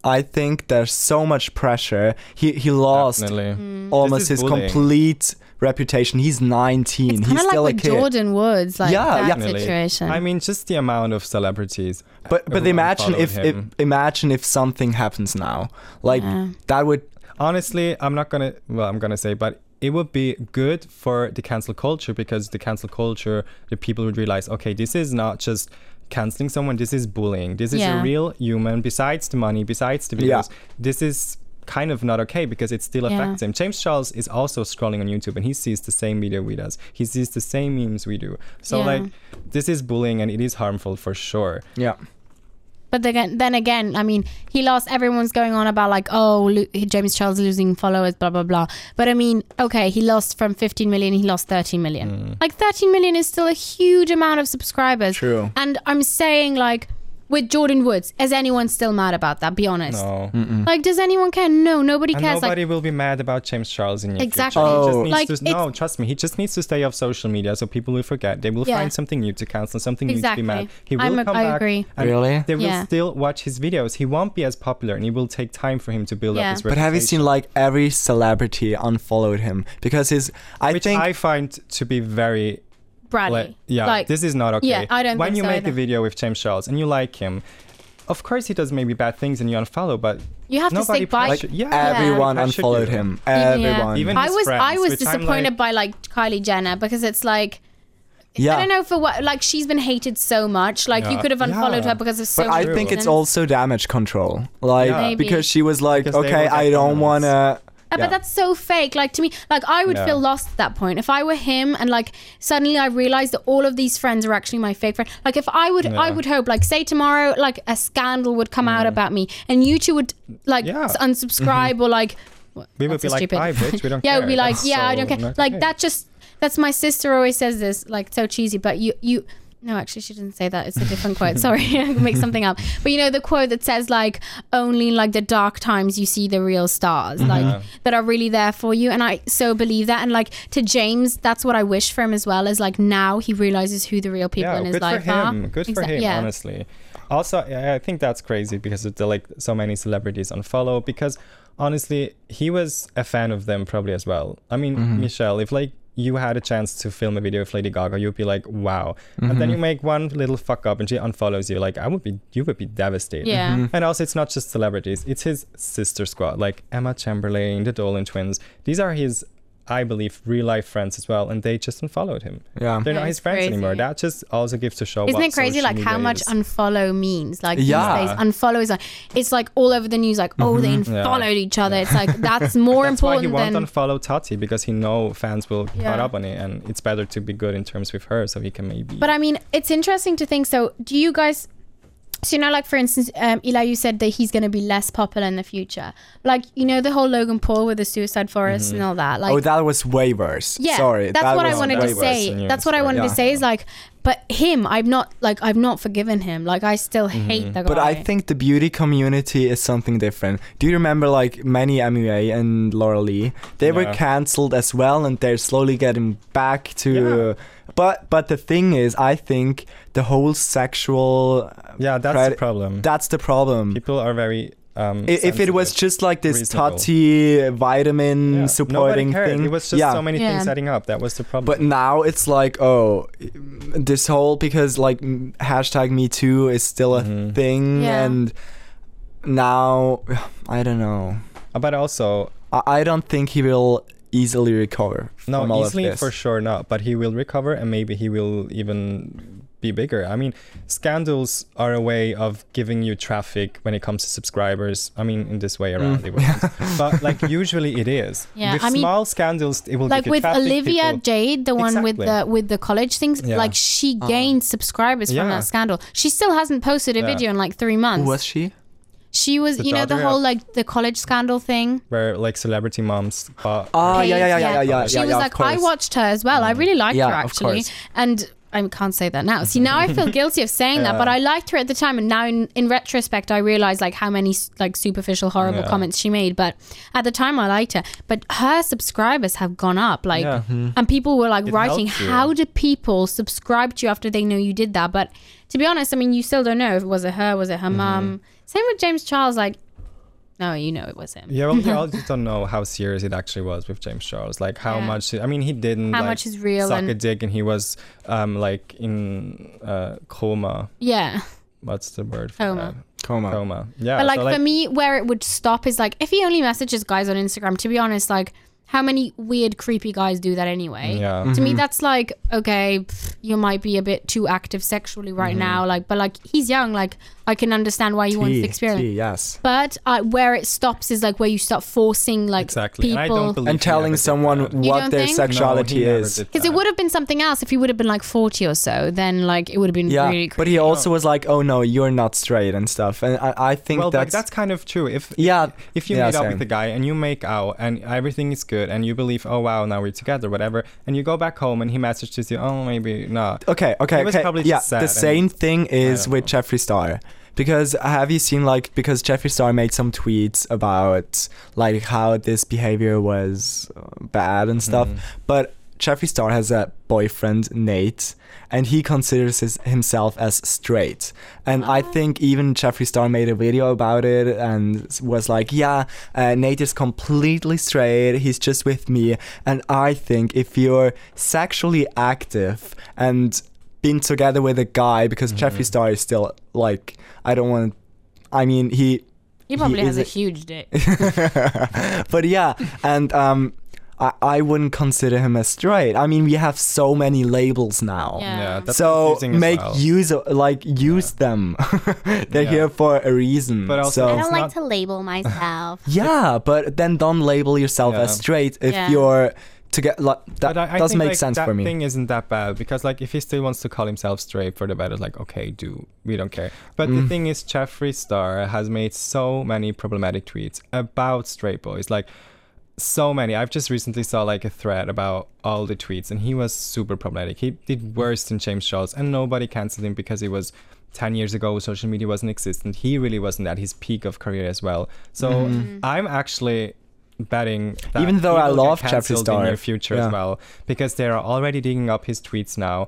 D: I think there's so much pressure. He he lost
C: Definitely.
B: Mm.
D: almost
C: is
D: his
C: bullying.
D: complete reputation. He's 19.
B: It's kind
D: He's
B: of
D: still
B: like
D: a
B: with
D: kid.
B: Jordan Woods, like
D: Yeah,
B: that
D: yeah.
C: Definitely.
B: situation.
C: I mean, just the amount of celebrities.
D: But but
C: who
D: imagine
C: unfollowed
D: if, if
C: him.
D: imagine if something happens now. Like that would
C: honestly, I'm not gonna. Well, I'm gonna say, but it would be good for the cancel culture because the cancel culture, the people would realize, okay, this is not just canceling someone. This is bullying. This is
B: Yeah.
C: a real human. Besides the money, besides the
D: Yeah.
C: videos, this is kind of not okay because it still
B: Yeah.
C: affects him. James Charles is also scrolling on YouTube and he sees the same video we does. He sees the same memes we do. So
B: Yeah.
C: like this is bullying and it is harmful for sure.
D: yeah.
B: But then, then again, I mean, he lost. Everyone's going on about like, oh, lo- James Charles losing followers, blah blah blah. But I mean, okay, he lost from 15 million. He lost 13 million.
C: Mm.
B: Like 13 million is still a huge amount of subscribers.
D: True.
B: And I'm saying like, with Jordan Woods, is anyone still mad about that? Be honest.
C: No.
B: Like, does anyone care? No, nobody
C: And
B: cares.
C: nobody
B: like,
C: will be mad about James Charles in your
B: Exactly.
C: future. He just
D: Oh.
C: needs
B: Like,
C: to-
B: it's-
C: no, trust me. He just needs to stay off social media so people will forget. They will
B: Yeah.
C: find something new to cancel, something
B: Exactly.
C: new to be mad. He will
B: I'm a-
C: come
B: I
C: back.
B: agree.
C: and
D: Really?
C: They will
B: Yeah.
C: still watch his videos. He won't be as popular and it will take time for him to build
B: Yeah.
C: up his
D: But
C: reputation.
D: have you seen like every celebrity unfollowed him because his I
C: Which
D: think
C: I find to be very
B: Bradley.
C: like, yeah,
B: Like,
C: this is not okay.
B: yeah, I don't
C: When
B: think
C: you
B: so
C: make
B: either.
C: a video with James Charles and you like him, of course he does maybe bad things and you unfollow, but
B: You have to
C: nobody
B: stick by-
C: pressure-
B: Like,
C: yeah,
D: everyone
C: nobody pressured
D: unfollowed
C: you.
D: him.
B: yeah.
D: Everyone.
C: Even
B: I
C: his
B: was I
C: friends,
B: was
C: which I'm
B: disappointed
C: like-
B: by like Kylie Jenner because it's like.
D: yeah.
B: I don't know for what. Like she's been hated so much. Like you
C: Yeah.
B: could have unfollowed
C: Yeah.
B: her because of so.
D: But I
B: many
D: think it's
B: reasons.
D: also damage control. Like
C: Yeah.
B: Maybe.
D: because she was like,
C: Because they
D: okay,
C: will
D: I
C: get
D: don't
C: comments.
D: want to
B: Uh,
D: Yeah.
B: But that's so fake. Like to me, like I would
C: No.
B: feel lost at that point if I were him, and like suddenly I realized that all of these friends are actually my fake friend. Like if I would, I
C: Yeah. Mm.
B: would hope, like say tomorrow, like a scandal would come out about me, and you two would like
C: Yeah. Mm-hmm.
B: s- unsubscribe or like.
C: We would
B: that's
C: be
B: so
C: like, "Bye, bitch, we
B: *laughs*
C: don't
B: yeah, we'd be
C: care."
B: like,
C: That's
B: yeah, I
C: so
B: don't care.
C: not
B: Like
C: okay.
B: that just that's my sister always says this, like so cheesy. But you you no, actually she didn't say that. It's a different
C: *laughs*
B: quote. Sorry, *laughs* I make something up. But you know the quote that says like only like the dark times you see the real stars,
C: Mm-hmm.
B: like that are really there for you. And I so believe that. And like to James, that's what I wish for him as well. Is like now he realizes who the real people
C: yeah,
B: in his
C: good
B: life
C: for him.
B: are.
C: Good for
B: Exact-
C: him, honestly. Also, I I think that's crazy because of the, like so many celebrities unfollow because honestly, he was a fan of them probably as well. I mean, Michelle, if like you had a chance to film a video with Lady Gaga, you'd be like, wow. And then you make one little fuck up and she unfollows you. Like, I would be, you would be devastated. Mm-hmm.
B: Yeah. Mhm.
C: And also, it's not just celebrities, it's his sister squad, like Emma Chamberlain, the Dolan twins. These are his, I believe, real life friends as well. And they just unfollowed him.
D: Yeah.
C: They're
B: That
C: not
B: is
C: his friends anymore.
B: crazy.
C: That just also gives to show.
B: Isn't
C: what
B: it crazy,
C: social
B: like how
C: media
B: much
C: is.
B: unfollow means? Like
D: Yeah. Mm-hmm.
B: these days, unfollow is like it's like all over the news. Like, oh, they unfollowed each other. It's
D: *laughs*
B: like that's more
C: That's why he
B: important
C: won't
B: than
C: unfollow Tati because he know fans will
B: Yeah.
C: caught up on it, and it's better to be good in terms with her, so he can maybe.
B: But I mean, it's interesting to think. So, do you guys? So you know, like for instance, um, Eli, you said that he's going to be less popular in the future. Like you know, the whole Logan Paul with the suicide forest and all that. Like,
D: oh, that was way worse.
B: yeah,
D: Sorry.
B: that's
D: that
B: what I
D: was
B: wanted
D: way
B: to
D: worse.
B: say.
C: than you,
B: That's what I
C: sorry.
B: wanted to
D: Yeah.
B: say is like, but him, I've not like I've not forgiven him. Like I still hate the guy.
D: Mm-hmm. But I think the beauty community is something different. Do you remember like many MUA and Laura Lee? They were
C: Yeah.
D: cancelled as well, and they're slowly getting back to. But but the thing is, I think the whole sexual.
C: yeah, that's
D: pred-
C: the problem.
D: That's the problem.
C: People are very. Um,
D: I- if it was
C: sensitive.
D: just like this
C: Reasonable.
D: Tati vitamin
C: Yeah.
D: supporting
C: Nobody cared.
D: thing,
C: it was just
D: yeah.
C: so many
B: Yeah.
C: things setting up. That was the problem.
D: But now it's like, oh, this whole because like m- hashtag Me Too is still a
C: Mm-hmm.
D: thing,
B: Yeah.
D: and now *sighs* I don't know.
C: but also,
D: I, I don't think he will easily recover. from
C: No,
D: all
C: easily
D: of this.
C: for sure not. But he will recover, and maybe he will even be bigger. I mean, scandals are a way of giving you traffic when it comes to subscribers. I mean, in this way around,
D: Mm.
C: it
D: *laughs*
C: was. but like usually it is.
B: Yeah,
C: with
B: I mean,
C: small scandals, it will
B: like
C: give you
B: with
C: traffic,
B: Olivia
C: people-
B: Jade, the one with the
C: Exactly.
B: with the college things,
C: Yeah.
B: like she
C: Uh-uh.
B: gained subscribers from
C: Yeah.
B: that scandal. She still hasn't posted a
C: Yeah.
B: video in like three months.
D: Who was she?
B: She was,
C: The
B: you know, the
C: daughter
B: whole
C: of-
B: like the college scandal thing.
C: where like celebrity moms. But
D: Oh yeah, yeah, yeah, yeah, yeah, yeah.
B: She
D: yeah,
B: was
D: yeah, of
B: like, I
D: course.
B: watched her as well. I really liked
D: Yeah,
B: her
D: of
B: actually,
D: course.
B: and I can't say that now. See, now I
D: *laughs*
B: feel guilty of saying that,
C: Yeah.
B: but I liked her at the time, and now in, in retrospect, I realize like how many s- like superficial, horrible
C: Yeah.
B: comments she made. But at the time, I liked her. But her subscribers have gone up, like,
C: Yeah.
D: hmm.
B: and people were like
C: It
B: writing,
C: helps you.
B: "How do people subscribe to you after they know you did that?" But to be honest, I mean, you still don't know if it was it her, was it her
D: Mm-hmm.
B: mom. Same with James Charles, like. No, you know it was him.
C: yeah, well, we
B: *laughs*
C: all just don't know how serious it actually was with James Charles. Like how
B: Yeah.
C: much. I mean, he didn't.
B: How
C: like,
B: much is real
C: Suck
B: and-
C: a dick, and he was um like in uh coma.
B: Yeah.
C: What's the word? For
B: Coma.
C: that?
D: Coma.
C: Coma. Yeah.
B: But like,
C: so,
B: for me, where it would stop is like if he only messages guys on Instagram. To be honest, like how many weird, creepy guys do that anyway?
C: Yeah.
B: To
D: Mm-hmm.
B: me, that's like okay, pff, you might be a bit too active sexually right
C: Mm-hmm.
B: now. Like, but like he's young. Like I can understand why you want
D: T,
B: to experience.
D: T, yes.
B: But uh, where it stops is like where you start forcing like
C: Exactly.
B: people.
C: And I don't believe
D: And
C: he ever
D: telling
C: did
D: someone
C: that.
B: You don't
D: what their
B: think?
D: sexuality
C: No, he never
D: is.
C: did
B: because it
C: that.
B: would have been something else if he would have been like 40 or so, then like it would have been
D: Yeah,
B: really
D: but
B: creepy.
D: he also was like, "Oh no, you're not straight and stuff," and I, I think
C: Well,
D: that's,
C: that's, that's kind of true. If
D: yeah.
C: if you
D: yeah,
C: meet up
D: same.
C: with a guy and you make out and everything is good and you believe, oh wow, now we're together, whatever, and you go back home and he messages you, oh maybe not.
D: okay, okay,
C: It was
D: okay.
C: probably
D: yeah,
C: just sad
D: the
C: and-
D: same thing is
C: don't
D: with
C: know.
D: Jeffree Star. Because have you seen like because Jeffree Star made some tweets about like how this behavior was uh, bad and stuff, but Jeffree Star has a boyfriend Nate, and he considers his, himself as straight. And I think even Jeffree Star made a video about it and s- was like, "Yeah, uh, Nate is completely straight. He's just with me." And I think if you're sexually active and been together with a guy because
C: Mm-hmm.
D: Jeffree Star is still like I don't want. I mean, he
B: He probably
D: he *laughs*
B: has
D: is
B: a
D: a-
B: huge dick.
D: but yeah, and um, I, I wouldn't consider him as straight. I mean, we have so many labels now.
B: Yeah.
C: Yeah, that's
D: So
C: confusing as
D: make
C: well.
D: use of like use them. *laughs* They're
C: Yeah.
D: here for a reason.
C: But also-
B: I
D: so
B: don't
C: It's
B: like
C: not-
B: to label myself.
D: yeah, but then don't label yourself
C: Yeah.
D: as straight if
B: Yeah.
D: you're to get like that
C: But I, I
D: does
C: think,
D: make
C: like,
D: sense
C: that
D: for me.
C: thing isn't that bad because like if he still wants to call himself straight for the better, like okay, do we don't care. But
D: Mm.
C: the thing is, Jeffree Star has made so many problematic tweets about straight boys, like so many. I've just recently saw like a thread about all the tweets, and he was super problematic. He did worse than James Charles, and nobody canceled him because he was. 10 years ago social media wasn't existent he really wasn't at his peak of career as well so i'm actually betting that
D: Mm-hmm. Even though
C: he
D: I
C: will get
D: love Jeffree
C: cancelled in
D: Star.
C: your future as
D: Yeah.
C: well well, because they are already digging up his tweets now.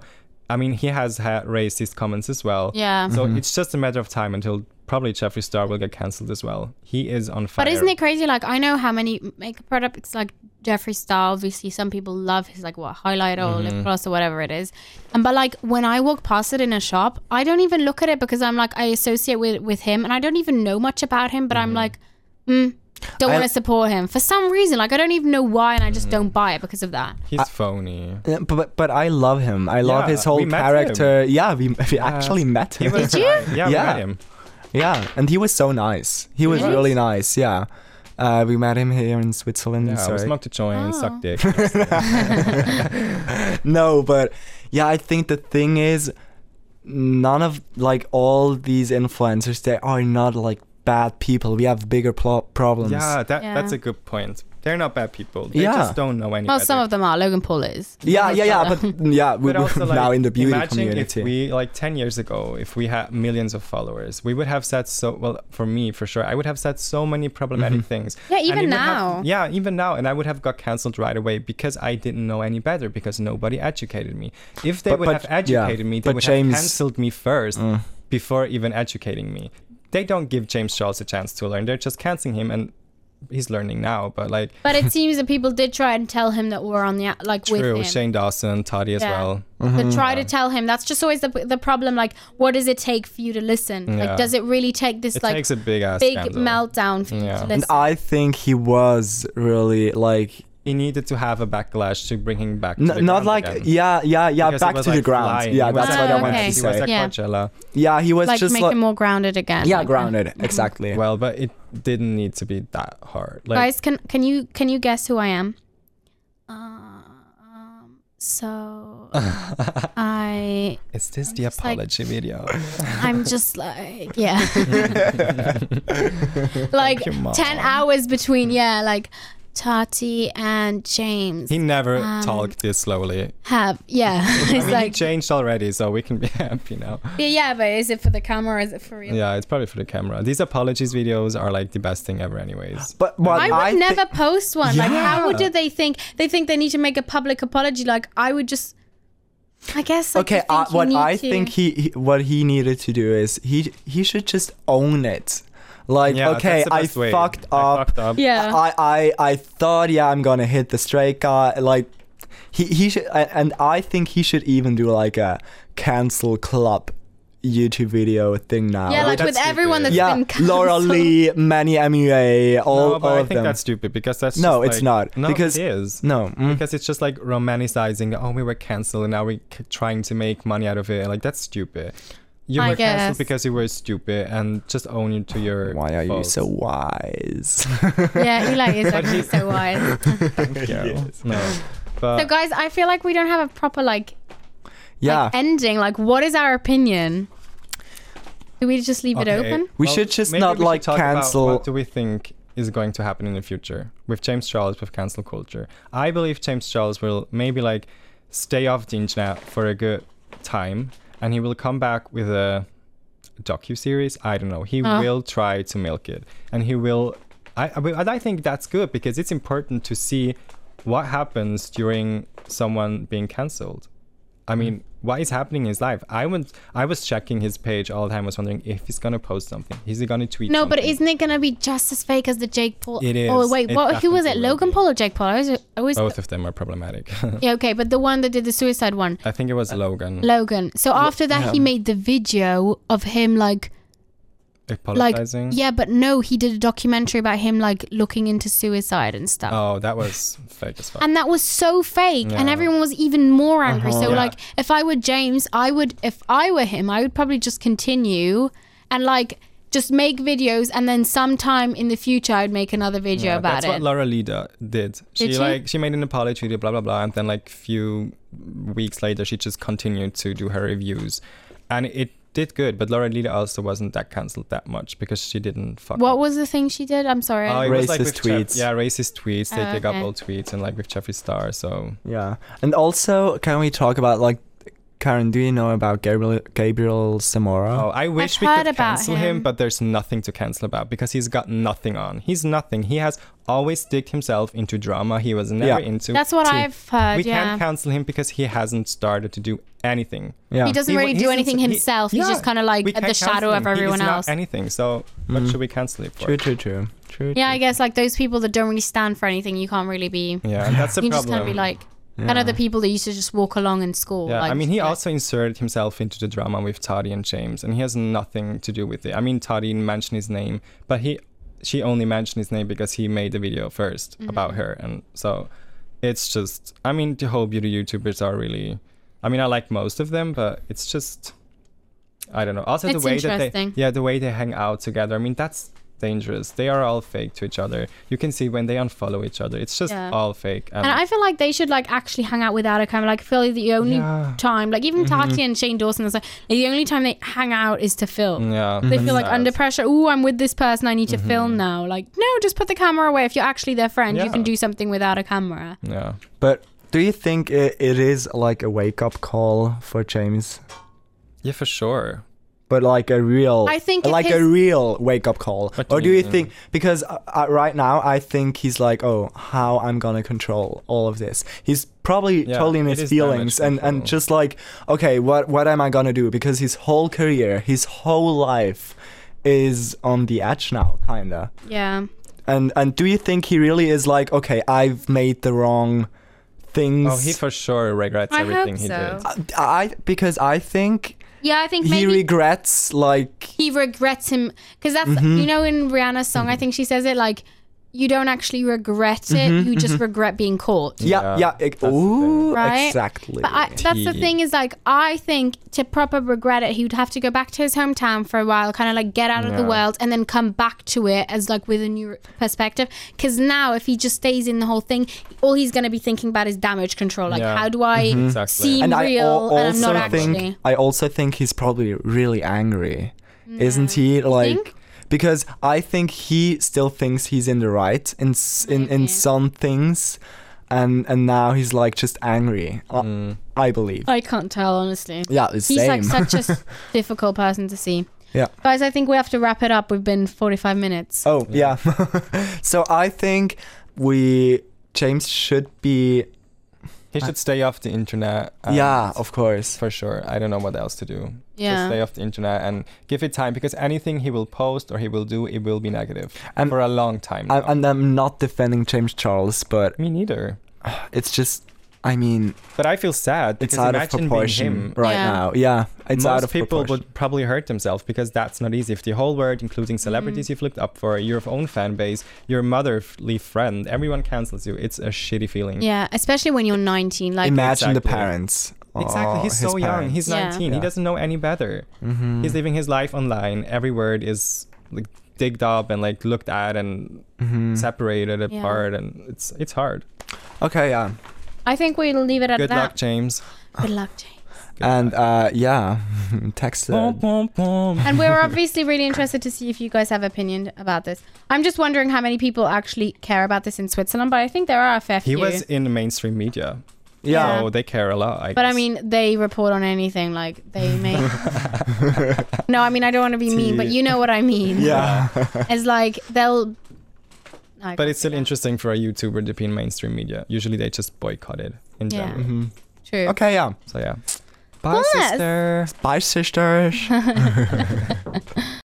C: I mean, he has had racist comments as well.
B: Yeah.
C: So
D: Mm-hmm.
C: it's just a matter of time until probably Jeffree Star will get cancelled as well. He is on fire.
B: But isn't it crazy? Like I know how many makeup products like Jeffree Star. Obviously, some people love his like what highlighter or
D: Mm-hmm.
B: lip gloss or whatever it is. And but like when I walk past it in a shop, I don't even look at it because I'm like I associate with with him, and I don't even know much about him. But I'm like, mm, don't
D: Mm-hmm. I-
B: want to support him for some reason. Like I don't even know why, and I just don't
D: Mm-hmm.
B: buy it because of that.
C: He's phony.
D: Yeah, But, Uh, but but I love him. I love
C: Yeah,
D: his whole
C: we met
D: character. Yeah, we, *laughs* we actually met
C: He
D: him.
C: was
B: Did you?
C: right. Yeah, we
D: Yeah.
C: met him.
D: yeah, and he was so nice. He was
B: Really?
D: really nice. Yeah, uh, we met him here in Switzerland. in
C: Yeah, I was
D: Zurich.
C: mocked to join and
B: Oh.
C: suck dick.
D: *laughs* no, but yeah, I think the thing is, none of like all these influencers they are not like bad people. We have bigger pl- problems.
C: yeah, that,
B: Yeah.
C: that's a good point. They're not bad people. They
D: Yeah.
C: just don't know any
B: Well,
C: better.
B: some of them are. Logan Paul is.
D: yeah, yeah, yeah.
C: *laughs*
D: But yeah, we,
C: but also, like,
D: *laughs* now in the beauty
C: imagine
D: community.
C: If we like ten years ago, if we had millions of followers, we would have said so. Well, for me, for sure, I would have said so many problematic
D: Mm-hmm.
C: things.
B: Yeah,
C: And
B: even
C: it would
B: now.
C: Have, yeah, even now, and I would have got cancelled right away because I didn't know any better because nobody educated me. If they
D: But-
C: would
D: but-
C: have educated
D: yeah,
C: me, they
D: but
C: would
D: James- Mm.
C: have cancelled me first before even educating me. They don't give James Charles a chance to learn. They're just canceling him, and he's learning now. But like,
B: *laughs* But it seems that people did try and tell him that we're on the out- like with
C: true,
B: him.
C: Shane Dawson, Toddy as
B: Yeah.
C: well.
D: Mm-hmm.
B: to try to tell him. That's just always the, the problem. Like, what does it take for you to listen? Like,
C: Yeah.
B: does it really take this
C: It
B: like
C: takes a big ass
B: big
C: scandal.
B: meltdown for
C: Yeah.
B: you to
C: And
B: listen?
D: and I think he was really like
C: he needed to have a backlash to bring him back. To the
D: n- not
C: ground
D: like
C: again.
D: yeah, yeah, yeah.
C: Because he
D: back to
C: was,
D: the
C: like,
D: ground.
C: flying.
D: Yeah,
C: He was
D: that's
C: at
D: what I
B: Ah,
D: wanted
B: okay.
D: to
C: He was
D: say.
C: at
B: Yeah.
C: Coachella.
D: yeah, he was
B: like,
D: just
B: make
D: like
B: him more grounded again.
D: yeah,
B: like that.
D: grounded
C: Mm-hmm.
D: exactly.
C: Well, but it didn't need to be that hard. Like,
B: Guys, can can you can you guess who I am? Uh, um, so
C: *laughs*
B: I
C: is this the
B: like-
C: apology video?
B: I'm just like
C: *laughs*
B: yeah, like
C: you, Mom.
B: ten hours between yeah, like Tati and James
C: He never
B: Um,
C: talked this slowly.
B: have yeah. *laughs*
C: I
B: it's
C: mean, he
B: like
C: changed already, so we can be *laughs* happy now.
B: Yeah, yeah, but is it for the camera? Or is it for real?
C: Yeah, it's probably for the camera. These apologies videos are like the best thing ever, anyways.
D: but what
B: I would
D: thi-
B: never post one. Like, how would
D: Yeah.
B: do they think? They think they need to make a public apology. Like, I would just. I guess. Like,
D: okay
B: you
D: uh,
B: think you
D: what
B: need
D: i
B: to-
D: think he, he what he needed to do is he he should just own it like
C: yeah,
D: okay
C: that's the
D: I
C: best way.
D: fucked,
C: I
D: up.
C: fucked up.
B: Yeah.
D: I, I i thought yeah i'm gonna hit the straight guy like he, he should a- and i think he should even do like a cancel club youtube video thing now
B: yeah, like
C: that's
B: with everyone
C: stupid.
B: that's
D: Oh, yeah
B: been *laughs* cancelled.
D: laura lee manny mua all,
C: no, but
D: all
C: I
D: of
C: think
D: them
C: that's stupid because that's
D: No,
C: just,
D: it's not,
C: like- No,
D: because-
C: it is.
D: no mm.
C: because it's just like romanticizing oh we were canceled and now we're c- trying to make money out of it like that's stupid you
B: I
C: were
B: guess.
C: canceled because you were stupid and just own it to your
D: why are you
C: faults.
D: so
C: *laughs*
D: wise
B: Yeah, Eli
D: *laughs*
B: is actually so wise.
C: yeah
B: *laughs*
D: Yes.
C: no but
B: So, guys, I feel like we don't have a proper like,
D: yeah
B: like ending. Like, what is our opinion? Do we just leave it
C: okay,
B: open?
D: We
C: well,
D: should just
C: maybe
D: not,
C: we should
D: like,
C: talk about
D: cancel-
C: what do we think is going to happen in the future with James Charles with cancel culture I believe James Charles will maybe like stay off the internet for a good time and he will come back with a docu-series i don't know he
B: Oh.
C: will try to milk it and he will I, I and i think that's good because it's important to see what happens during someone being cancelled i
B: Mm.
C: mean what is happening in his life i went i was checking his page all the time was wondering if he's gonna post something is he gonna tweet
B: No, but
C: something?
B: isn't it gonna be just as fake as the Jake Paul?
C: It
B: Oh
C: is.
B: wait,
C: It
B: what? Who was it?
C: definitely will
B: Logan
C: be.
B: Paul or Jake Paul? I always, I always
C: both of them are
B: *laughs*
C: problematic
B: yeah, okay, but the one that did the suicide one.
C: i think it
B: Uh,
C: was logan
B: Logan. So after that, he made the video of him like
C: apologizing.
B: Like, yeah, but no, he did a documentary about him like looking into suicide and stuff.
C: Oh, that was fake as fuck.
B: And that was so fake, and
C: Yeah. Uh-huh,
B: everyone was even more angry. So,
C: Yeah.
B: like, if I were James, I would, if I were him, I would probably just continue and like just make videos, and then sometime in the future, I'd make another video
C: Yeah,
B: about
C: that's
B: it.
C: what Laura Lida did. She,
B: she?
C: like she made an apology to blah blah blah, and then like few weeks later, she just continued to do her reviews, and it did good. But Laura Lida also wasn't that cancelled that much because she didn't fuck.
B: what
C: up.
B: was the thing she did? I'm sorry.
C: Oh, it was, like,
D: Racist
C: with Jeff-
D: tweets.
C: yeah, racist tweets. They
B: Oh,
C: dig up
B: okay.
C: old tweets and like with Jeffree Star. So
D: Yeah, and also, can we talk about like, Karen? Do you know about Gabriel Gabriel Samora?
C: oh, I wish we
B: heard
C: could
B: about
C: cancel
B: him.
C: him. but there's nothing to cancel about because he's got nothing on. He's nothing. He has always digged himself into drama. He was never
D: Yeah.
C: into.
B: That's what
C: tea.
B: I've heard.
C: we
B: Uh, yeah.
C: can't cancel him because he hasn't started to do anything.
D: yeah,
B: He doesn't
C: He wa-
B: really
C: he's
B: do anything
C: ins- he-
B: himself. he's
C: yeah,
B: just kind of like
C: we
B: at the
C: can't
B: shadow
C: cancel
B: of
C: him. He is
B: everyone
C: not
B: else.
C: anything. So what should we cancel it for?
D: true, true, true, true.
B: yeah, I guess like those people that don't really stand for anything, you can't really be.
C: Yeah, and that's the
B: you just
C: problem.
B: kind of be like kind of the people that used to just walk along in school.
C: yeah,
B: like,
C: I mean, he
B: like-
C: also inserted himself into the drama with Toddy and James, and he has nothing to do with it. I mean, Toddy mentioned his name, but he, she only mentioned his name because he made the video 1st
B: Mm-hmm.
C: about her, and so it's just. I mean, the whole beauty YouTubers are really. I mean, I like most of them, but it's just. I don't know. Also,
B: It's
C: the way that they
B: interesting.
C: yeah, the way they hang out together. I mean, that's dangerous. They are all fake to each other. You can see when they unfollow each other. It's just
B: Yeah.
C: all fake.
B: And I feel like they should like actually hang out without a camera. Like I feel like the only
C: Yeah. Mm-hmm.
B: time, like even Tati and Shane Dawson, it's like the only time they hang out is to film.
C: yeah,
B: They feel like
C: Mm-hmm. sad. Mm-hmm.
B: under pressure. Oh, I'm with this person. I need to film now. Like, no, just put the camera away. If you're actually their friend, you
C: Yeah.
B: can do something without a camera.
C: Yeah.
D: But do you think it, it is like a wake up call for James?
C: Yeah, for sure.
D: But like a real,
B: I think if
D: like
B: his-
D: a real wake up call.
C: What do
D: Or
C: you
D: do you
C: mean?
D: think because uh, uh, right now I think he's like, oh, how I'm gonna control all of this? He's probably
C: Yeah,
D: totally in
C: it
D: his
C: is damage
D: feelings and and
C: control.
D: just like, okay, what what am I gonna do? Because his whole career, his whole life, is on the edge now, kinda.
B: Yeah.
D: And and do you think he really is like, okay, I've made the wrong things?
C: Oh, he for sure regrets
B: I
C: everything
B: hope
C: he
B: so.
C: did.
D: I- I because I think
B: Yeah, I think
D: he
B: maybe
D: regrets like
B: he regrets him because that's
D: Mm-hmm.
B: you know in Rihanna's song I think she says it like you don't actually regret it you just regret being caught
D: Mm-hmm, yeah
C: Yeah,
D: yeah, it,
C: that's the
D: ooh
C: thing.
B: right
D: exactly
B: but I, that's the
C: Tea.
B: thing is like I think to proper regret it he would have to go back to his hometown for a while kind of like get out of the
C: Yeah.
B: world and then come back to it as like with a new perspective because now if he just stays in the whole thing all he's going to be thinking about is damage control like
C: Yeah. Mm-hmm.
B: how do I
C: Exactly.
B: seem
D: and I al-
B: real and I'm
D: also
B: not
D: think
B: actually
D: I also think he's probably really angry, isn't he? Like
B: Mm. think?
D: because I think he still thinks he's in the right in s- in in some things, and and now he's like just angry. I-
C: Mm.
D: I believe.
B: I can't tell honestly
D: yeah, it's
B: He's
D: same.
B: like such a
C: *laughs*
B: s- difficult person to see.
D: Yeah.
B: Guys, I think we have to wrap it up. We've been 45 minutes.
D: *laughs*
C: Uh,
D: Oh yeah. *laughs* so I think we James should be
C: He should stay off the internet. and
D: yeah of course
C: for sure. I don't know what else to do.
B: Yeah.
C: Just stay off the internet and give it time because anything he will post or he will do, it will be negative
D: And-
C: for a long time.
D: I,
C: now.
D: and I'm not defending James Charles but
C: Me neither.
D: it's just I mean
C: But I feel sad
D: it's
C: because
D: out of
C: imagine being
D: proportion
C: him.
D: right
B: Yeah.
D: now yeah it's
C: Most
D: out of
C: people
D: proportion.
C: would probably hurt themselves because that's not easy. If the whole world, including
B: Mm-hmm.
C: celebrities you've looked up for, your own fan base, your motherly friend, everyone cancels you. It's a shitty feeling.
B: Yeah, especially when you're 19. Like,
D: imagine the
C: Exactly.
D: parents
C: Exactly.
D: Oh,
C: He's
D: his
C: so young.
D: parents.
C: He's
B: Yeah.
D: Yeah.
C: 19.
D: Mm-hmm.
C: He doesn't know any better. He's living his life online. Every word is like digged up and like looked at and
D: Mm-hmm.
C: separated
B: Yeah.
C: apart and it's it's hard.
D: okay yeah
B: I think we'll leave it at
C: Good luck,
B: that.
C: James.
B: Good luck, Jane.
D: and uh yeah *laughs* text
C: Bum, *laughs*
D: it.
C: bum, bum.
B: And we're
C: *laughs*
B: obviously really interested to see if you guys have opinion about this. I'm just wondering how many people actually care about this in Switzerland, but I think there are a fair
C: He
B: few.
C: was in mainstream media.
B: Yeah.
C: So they care a lot. I
B: but I
C: guess.
B: mean, they report on anything. Like, they
C: *laughs*
B: make. no, I mean, I don't want to be mean, but you know what I mean.
D: *laughs* yeah
B: It's like, they'll. I
C: But
B: can't
C: it's still
B: do that.
C: interesting for a YouTuber to be in mainstream media. Usually they just boycott it in
B: Yeah.
C: general.
D: Mm-hmm.
B: True.
D: okay yeah
C: So yeah.
B: Cool.
C: Bye, sister.
D: bye sisters